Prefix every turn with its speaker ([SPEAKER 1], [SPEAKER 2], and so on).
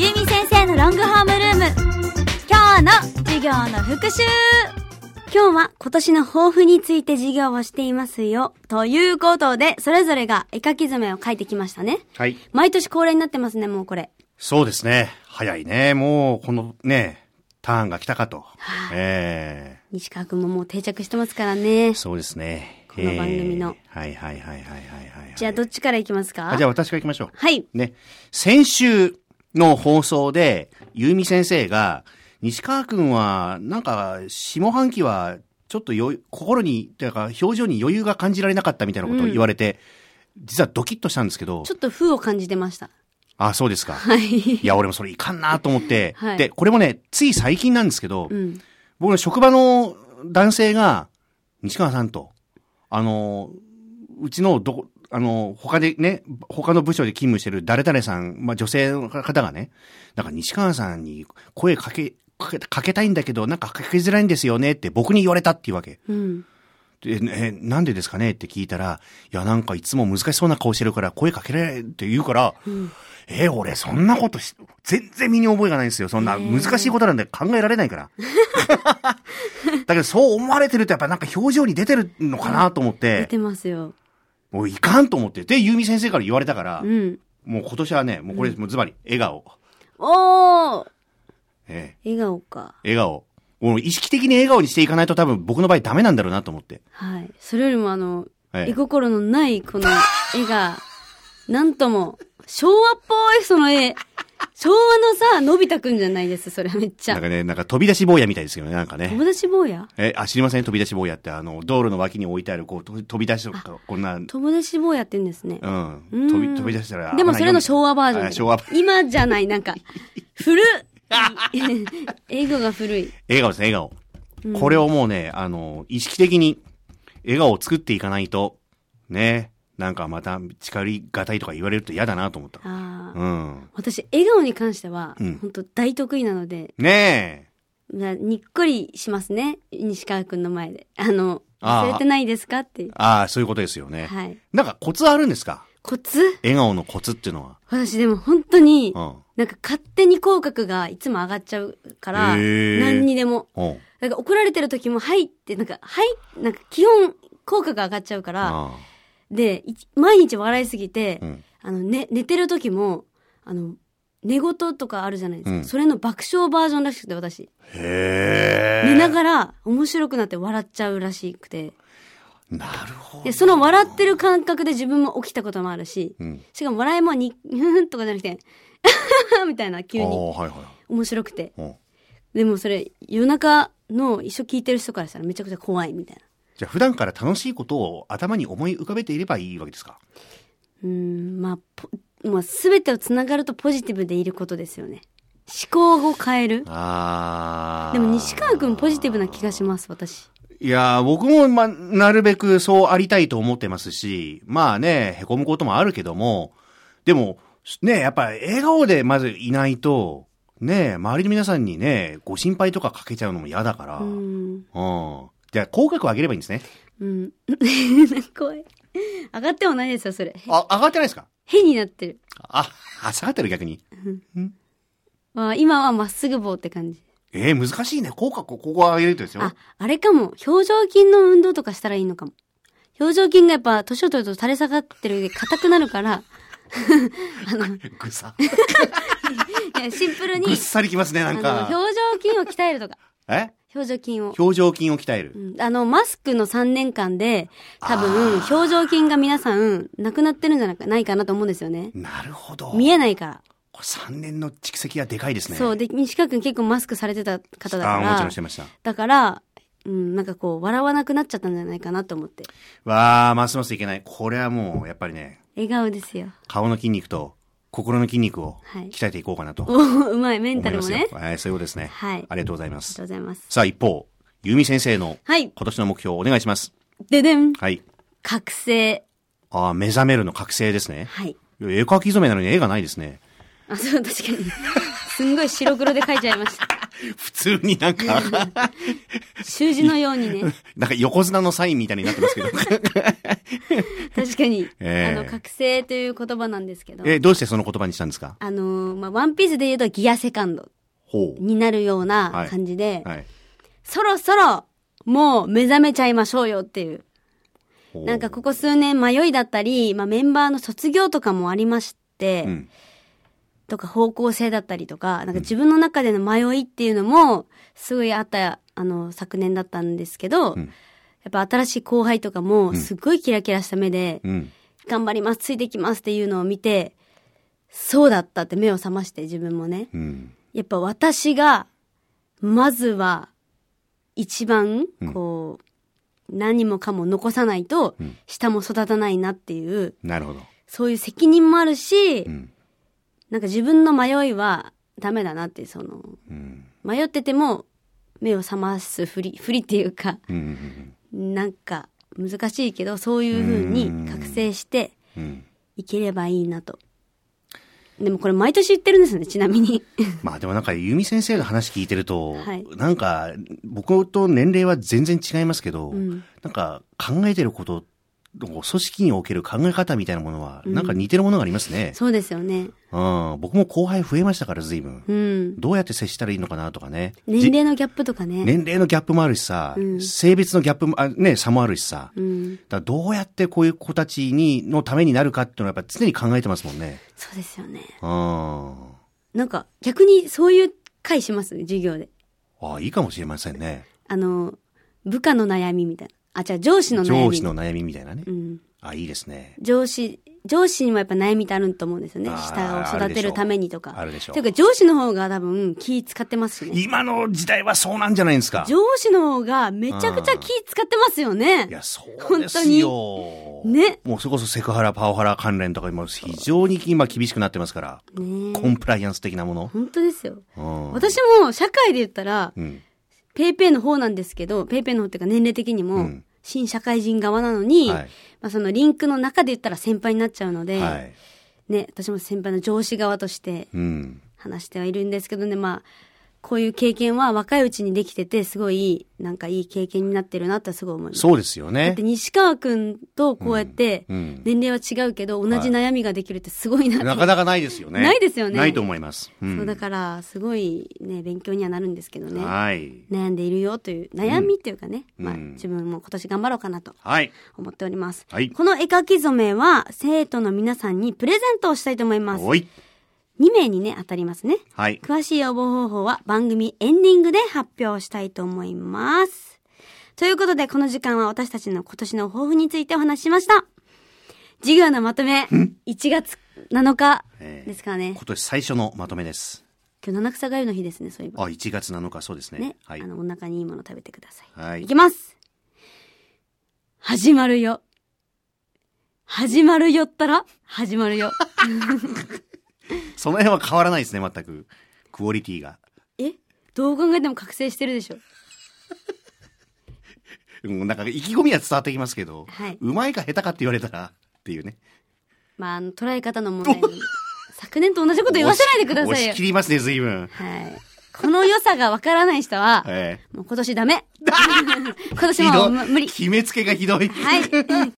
[SPEAKER 1] ロングホームルーム今日の授業の復習今日は今年の抱負について授業をしていますよ。ということで、それぞれが絵描き爪を描いてきましたね。
[SPEAKER 2] はい。
[SPEAKER 1] 毎年恒例になってますね、もうこれ。
[SPEAKER 2] そうですね。早いね。もう、このね、ターンが来たかと。
[SPEAKER 1] はい
[SPEAKER 2] え
[SPEAKER 1] 西川くんももう定着してますからね
[SPEAKER 2] え。そうですね。
[SPEAKER 1] この番組の
[SPEAKER 2] ええはいはいはいはいはいはいはい。
[SPEAKER 1] じゃあどっちからいきますか
[SPEAKER 2] あじゃあ私から行きましょう。
[SPEAKER 1] はい。
[SPEAKER 2] ね、先週の放送で、ゆうみ先生が、西川くんは、なんか、下半期は、ちょっとよ、心に、というか、表情に余裕が感じられなかったみたいなことを言われて、実はドキッとしたんですけど
[SPEAKER 1] ち、ょっと風を感じてました。
[SPEAKER 2] あ、そうですか。
[SPEAKER 1] はい。
[SPEAKER 2] いや、俺もそれいかんなと思って、
[SPEAKER 1] はい
[SPEAKER 2] で、これもね、つい最近なんですけど、
[SPEAKER 1] うん。
[SPEAKER 2] 僕の職場の男性が、西川さんと、あの、うちのどこ、あの、他でね、他の部署で勤務してる誰々さん、まあ女性の方がね、なんか西川さんに声かけ、かけかけたいんだけど、なんかかけづらいんですよねって僕に言われたっていうわけ。
[SPEAKER 1] うん。
[SPEAKER 2] で、え、なんでですかねって聞いたら、いや、なんかいつも難しそうな顔してるから声かけられって言うから、え、俺そんなことし、全然身に覚えがないんですよ。そんな難しいことなんて考えられな いから。だけどそう思われてるとやっぱなんか表情に出てるのかなと思っ
[SPEAKER 1] 出
[SPEAKER 2] て、
[SPEAKER 1] てますよ。
[SPEAKER 2] もういかんと思って。で、ゆうみ先生から言われたから、
[SPEAKER 1] うん。
[SPEAKER 2] もう今年はね、もうこれ、もうズバリ、笑顔。
[SPEAKER 1] おー
[SPEAKER 2] ええ
[SPEAKER 1] 笑顔か。
[SPEAKER 2] 笑顔。もう意識的に笑顔にしていかないと多分僕の場合ダメなんだろうなと思って。
[SPEAKER 1] はい。それよりもあの、
[SPEAKER 2] ええ
[SPEAKER 1] 絵心のないこの絵が、なんとも、昭和っぽいその絵。昭和のさ、のび太くんじゃないです、それはめっち
[SPEAKER 2] なん
[SPEAKER 1] ゃ。
[SPEAKER 2] かね、なんか飛び出し坊やみたいですけどね、なんかね。
[SPEAKER 1] 友達坊や
[SPEAKER 2] え、あ、知りません飛び出し坊やって、あの、道路の脇に置いてある、こう、と飛び出しとか、こんな、うん。
[SPEAKER 1] 友達坊やってんですね。
[SPEAKER 2] 飛び、飛び出したら。
[SPEAKER 1] でもそれの昭和バージョン
[SPEAKER 2] あ昭和バージ
[SPEAKER 1] 今じゃない、なんか。 古っ英語が古い。
[SPEAKER 2] 笑顔ですね、笑顔、これをもうね、あの、意識的に、笑顔を作っていかないと、ね、なんかまた、近寄りがたいとか言われると嫌だなと思った。
[SPEAKER 1] ああ。
[SPEAKER 2] うん。
[SPEAKER 1] 私、笑顔に関しては、
[SPEAKER 2] うん
[SPEAKER 1] 本当大得意なので、
[SPEAKER 2] ねえ。
[SPEAKER 1] なにっこりしますね。西川くんの前で。あの、
[SPEAKER 2] あー
[SPEAKER 1] 忘れてないですかっていう。
[SPEAKER 2] ああ、そういうことですよね。
[SPEAKER 1] はい。
[SPEAKER 2] なんかコツはあるんですか
[SPEAKER 1] コツ
[SPEAKER 2] 笑顔のコツっていうのは。
[SPEAKER 1] 私でも本当に、
[SPEAKER 2] う
[SPEAKER 1] なんか勝手に口角がいつも上がっちゃうから、
[SPEAKER 2] へー
[SPEAKER 1] 何にでも。
[SPEAKER 2] ん。うん。
[SPEAKER 1] なんか怒られてる時も、はいって、なんか、はい、なんか基本、口角が上がっちゃうから、
[SPEAKER 2] あ
[SPEAKER 1] で、い毎日笑いすぎて、
[SPEAKER 2] ーうん。
[SPEAKER 1] あの、ね、寝てる時も、あの、寝言とかあるじゃないですか。
[SPEAKER 2] うん
[SPEAKER 1] それの爆笑バージョンらしくて、私。
[SPEAKER 2] へえ。
[SPEAKER 1] 寝ながら、面白くなって笑っちゃうらしくて。
[SPEAKER 2] なるほど
[SPEAKER 1] で、。その笑ってる感覚で自分も起きたこともあるし、
[SPEAKER 2] うん。
[SPEAKER 1] しかも笑いもに、ふふんとかじゃなくて、 みたいな、急
[SPEAKER 2] あ
[SPEAKER 1] に。
[SPEAKER 2] あ、はいは
[SPEAKER 1] 面白くて。
[SPEAKER 2] い。うん。
[SPEAKER 1] でもそれ、夜中の一緒聞いてる人からしたらめちゃくちゃ怖いみたいな。
[SPEAKER 2] じゃあ普段から楽しいことを頭に思い浮かべていればいいわけですか
[SPEAKER 1] うーん、まあ、ポまあ、すべてをつながるとポジティブでいることですよね。思考を変える。
[SPEAKER 2] あ
[SPEAKER 1] でも西川くんポジティブな気がします、私。
[SPEAKER 2] いやー、僕も、ま、なるべくそうありたいと思ってますし、まあね、凹むこともあるけども、でも、ね、やっぱ笑顔でまずいないと、ね、周りの皆さんにね、ご心配とかかけちゃうのも嫌だから、
[SPEAKER 1] うー
[SPEAKER 2] うん。
[SPEAKER 1] ん。
[SPEAKER 2] じゃあ、口角を上げればいいんですね。
[SPEAKER 1] うん。 怖い。上がってもないですよ、それ。
[SPEAKER 2] あ、上がってないですか
[SPEAKER 1] へになってる。
[SPEAKER 2] あ、あ下がってる逆に。
[SPEAKER 1] まあ、今はまっすぐ棒って感じ。
[SPEAKER 2] えー、難しいね。口角をここ上げるとですよ。
[SPEAKER 1] あ、あれかも。表情筋の運動とかしたらいいのかも。表情筋がやっぱ年を取ると垂れ下がってるで硬くなるから、
[SPEAKER 2] ぐさ。
[SPEAKER 1] いやシンプルに
[SPEAKER 2] ぐっ、さりきますね、な
[SPEAKER 1] あ
[SPEAKER 2] ん
[SPEAKER 1] の、
[SPEAKER 2] か
[SPEAKER 1] 表。情筋を鍛えると か。
[SPEAKER 2] え
[SPEAKER 1] 表情筋を。
[SPEAKER 2] 表情筋を鍛える
[SPEAKER 1] う。んあの、マスクの3年間で、多分、
[SPEAKER 2] あ
[SPEAKER 1] 表情筋が皆さん、なくなってるんじゃなないかなと思うんですよね。
[SPEAKER 2] なるほど。
[SPEAKER 1] 見えないから。
[SPEAKER 2] これ3年の蓄積はでかいですね。
[SPEAKER 1] そう。で、西川くん結構マスクされてた方だ
[SPEAKER 2] あ
[SPEAKER 1] か
[SPEAKER 2] あー、もちろん
[SPEAKER 1] ら
[SPEAKER 2] して、ました。
[SPEAKER 1] だから、うん、なんかこう、笑わなくなっちゃったんじゃないかなと思って。
[SPEAKER 2] わあ、ますますいけない。これはもう、やっぱりね、
[SPEAKER 1] 笑顔ですよ。
[SPEAKER 2] 顔の筋肉と心の筋肉を
[SPEAKER 1] はい
[SPEAKER 2] 鍛えていこうかなと
[SPEAKER 1] おーうまい、メン
[SPEAKER 2] 思
[SPEAKER 1] タ
[SPEAKER 2] い
[SPEAKER 1] ル
[SPEAKER 2] ま
[SPEAKER 1] も
[SPEAKER 2] すよ。
[SPEAKER 1] ね。あ
[SPEAKER 2] はい、そういうことですね。
[SPEAKER 1] はい
[SPEAKER 2] ありがとうございま
[SPEAKER 1] りが
[SPEAKER 2] す
[SPEAKER 1] と。うございます。
[SPEAKER 2] さあ、一方、ゆみ先生の
[SPEAKER 1] はい。
[SPEAKER 2] 今年の目標をお願いします。
[SPEAKER 1] ででん。
[SPEAKER 2] はい。
[SPEAKER 1] 覚醒。
[SPEAKER 2] ああ、目覚めるの覚醒ですね。
[SPEAKER 1] はい。
[SPEAKER 2] いや絵描き染めなのに絵がないですね。
[SPEAKER 1] あ、そう、確かに。すんごい白黒で書いちゃいました。
[SPEAKER 2] 普通になんか、
[SPEAKER 1] 習字のようにね。
[SPEAKER 2] なんか横綱のサインみたいになってますけど。
[SPEAKER 1] 確かに。
[SPEAKER 2] ええ
[SPEAKER 1] あの、覚醒という言葉なんですけど。
[SPEAKER 2] え、どうしてその言葉にしたんですか
[SPEAKER 1] あのーまあ、ワンピースで言うとギアセカンドっ
[SPEAKER 2] ほ
[SPEAKER 1] になるよう
[SPEAKER 2] は
[SPEAKER 1] ない感じで、
[SPEAKER 2] う。はい。
[SPEAKER 1] そろそろもう目覚めちゃいましょうよっていう。
[SPEAKER 2] ほう
[SPEAKER 1] なんかここ数年迷いだったり、まあメンバーの卒業とかもありまして、
[SPEAKER 2] うん。
[SPEAKER 1] とか方向性だったりとか、なんか自分の中での迷いっていうのも、すごいあった、あの、昨年だったんですけど、
[SPEAKER 2] うん
[SPEAKER 1] やっぱ新しい後輩とかも、すごいキラキラした目で、
[SPEAKER 2] うん。
[SPEAKER 1] 頑張ります、ついてきますっていうのを見て、そうだったって目を覚まして自分もね。
[SPEAKER 2] うん。
[SPEAKER 1] やっぱ私が、まずは、一番、こう、何もかも残さないと、下も育たないなっていう、
[SPEAKER 2] なるほど。
[SPEAKER 1] そういう責任もあるし、
[SPEAKER 2] うん。
[SPEAKER 1] なんか自分の迷いはダメだなって、その、
[SPEAKER 2] うん。
[SPEAKER 1] 迷ってても目を覚ますふり、ふりっていうか、
[SPEAKER 2] うんうん。
[SPEAKER 1] なんか難しいけど、そういう風に覚醒して
[SPEAKER 2] うんうん。
[SPEAKER 1] いければいいなと。でもこれ毎年言ってるんですよね、ちなみ に。
[SPEAKER 2] まあでもなんか、由美先生の話聞いてると、
[SPEAKER 1] はい
[SPEAKER 2] なんか、僕と年齢は全然違いますけど、
[SPEAKER 1] ん
[SPEAKER 2] なんか、考えてること、組織における考え方みたいなものは、なんか似てるものがありますね。
[SPEAKER 1] そうですよね。
[SPEAKER 2] うん。僕も後輩増えましたから、随分。
[SPEAKER 1] うん。
[SPEAKER 2] どうやって接したらいいのかなとかね。
[SPEAKER 1] 年齢のギャップとかね。
[SPEAKER 2] 年齢のギャップもあるしさ、性別のギャップも、あね、差もあるしさ。
[SPEAKER 1] うん。
[SPEAKER 2] だからどうやってこういう子たちに、のためになるかっていうのはやっぱ常に考えてますもんね。
[SPEAKER 1] そうですよね。
[SPEAKER 2] うん。
[SPEAKER 1] なんか逆にそういう回します授業で。
[SPEAKER 2] ああ、いいかもしれませんね。
[SPEAKER 1] あの、部下の悩みみたいな。あ、じゃあ上司の悩み。
[SPEAKER 2] 上司の悩みみたいなね。
[SPEAKER 1] うん。
[SPEAKER 2] あ、いいですね。
[SPEAKER 1] 上司、上司にもやっぱ悩みってあると思うんですよね。
[SPEAKER 2] あ
[SPEAKER 1] 下
[SPEAKER 2] ー
[SPEAKER 1] を育てるためにとか。
[SPEAKER 2] あるでしょう
[SPEAKER 1] ていうか上司の方が多分気使ってますしね。
[SPEAKER 2] 今の時代はそうなんじゃないんですか。
[SPEAKER 1] 上司の方がめちゃくちゃ気使ってますよね
[SPEAKER 2] い。や、そうですよ。
[SPEAKER 1] ね。
[SPEAKER 2] もうそれこそセクハラ、パワハラ関連とか今非常に今厳しくなってますから。
[SPEAKER 1] ね
[SPEAKER 2] コンプライアンス的なもの。
[SPEAKER 1] 本当ですよ。
[SPEAKER 2] うん。
[SPEAKER 1] 私も社会で言ったら、
[SPEAKER 2] うん。
[SPEAKER 1] ペイペイの方なんですけど、ペイペイの方っていうか年齢的にも、
[SPEAKER 2] うん
[SPEAKER 1] 新社会人側なのに、
[SPEAKER 2] はい
[SPEAKER 1] まあそのリンクの中で言ったら先輩になっちゃうので、
[SPEAKER 2] はい。
[SPEAKER 1] ね、私も先輩の上司側として
[SPEAKER 2] うん。
[SPEAKER 1] 話してはいるんですけどね、まあ、こういう経験は若いうちにできてて、すごい、なんかいい経験になってるなってすごい思います。
[SPEAKER 2] そうですよ
[SPEAKER 1] だっ
[SPEAKER 2] ね
[SPEAKER 1] て。西川くんとこうやって、
[SPEAKER 2] うんうん
[SPEAKER 1] 年齢は違うけど、同じ悩みができるってすごいなって。
[SPEAKER 2] なかなかないですよね。
[SPEAKER 1] ないですよね
[SPEAKER 2] ないと思います。う。
[SPEAKER 1] そうんだから、すごいね、勉強にはなるんですけどね。
[SPEAKER 2] はい。
[SPEAKER 1] 悩んでいるよという、悩みっていうかね、
[SPEAKER 2] うん
[SPEAKER 1] まあ
[SPEAKER 2] うん
[SPEAKER 1] 自分も今年頑張ろうかなと
[SPEAKER 2] はい。
[SPEAKER 1] 思っております。
[SPEAKER 2] はい
[SPEAKER 1] この絵描き初めは、生徒の皆さんにプレゼントをしたいと思います。
[SPEAKER 2] おい。
[SPEAKER 1] 2名にね、当たりますね。
[SPEAKER 2] はい。
[SPEAKER 1] 詳しい応募方法は番組エンディングで発表したいと思います。ということで、この時間は私たちの今年の抱負についてお話ししました。授業のまとめ、1月7日
[SPEAKER 2] えー
[SPEAKER 1] ですからね
[SPEAKER 2] 今。年最初のまとめです。
[SPEAKER 1] 今日七草がゆの日ですね、そういえば。
[SPEAKER 2] あ、1月7日、そうですね。
[SPEAKER 1] ね、
[SPEAKER 2] はい
[SPEAKER 1] あ。の、お腹にいいもの食べてください。
[SPEAKER 2] はい
[SPEAKER 1] いき。ます。始まるよ。始まるよったら、始まる よ。
[SPEAKER 2] その辺は変わらないですね、全く。クオリティが。
[SPEAKER 1] えどう考えても覚醒してるでしょ。
[SPEAKER 2] うん、なんか意気込みは伝わってきますけど、
[SPEAKER 1] はいう
[SPEAKER 2] まいか下手かって言われたら、っていうね。
[SPEAKER 1] まあ、あの、捉え方の問題に。昨年と同じこと言わせないでくださ
[SPEAKER 2] 押
[SPEAKER 1] い
[SPEAKER 2] し
[SPEAKER 1] よ
[SPEAKER 2] 押し切。りますね、随分。
[SPEAKER 1] はい。この良さがわからない人は、
[SPEAKER 2] え
[SPEAKER 1] もう今年ダメ。今
[SPEAKER 2] え
[SPEAKER 1] 年
[SPEAKER 2] ひ
[SPEAKER 1] も
[SPEAKER 2] ど
[SPEAKER 1] う無無
[SPEAKER 2] い。
[SPEAKER 1] 理。
[SPEAKER 2] 決めつけがひどい。
[SPEAKER 1] はい。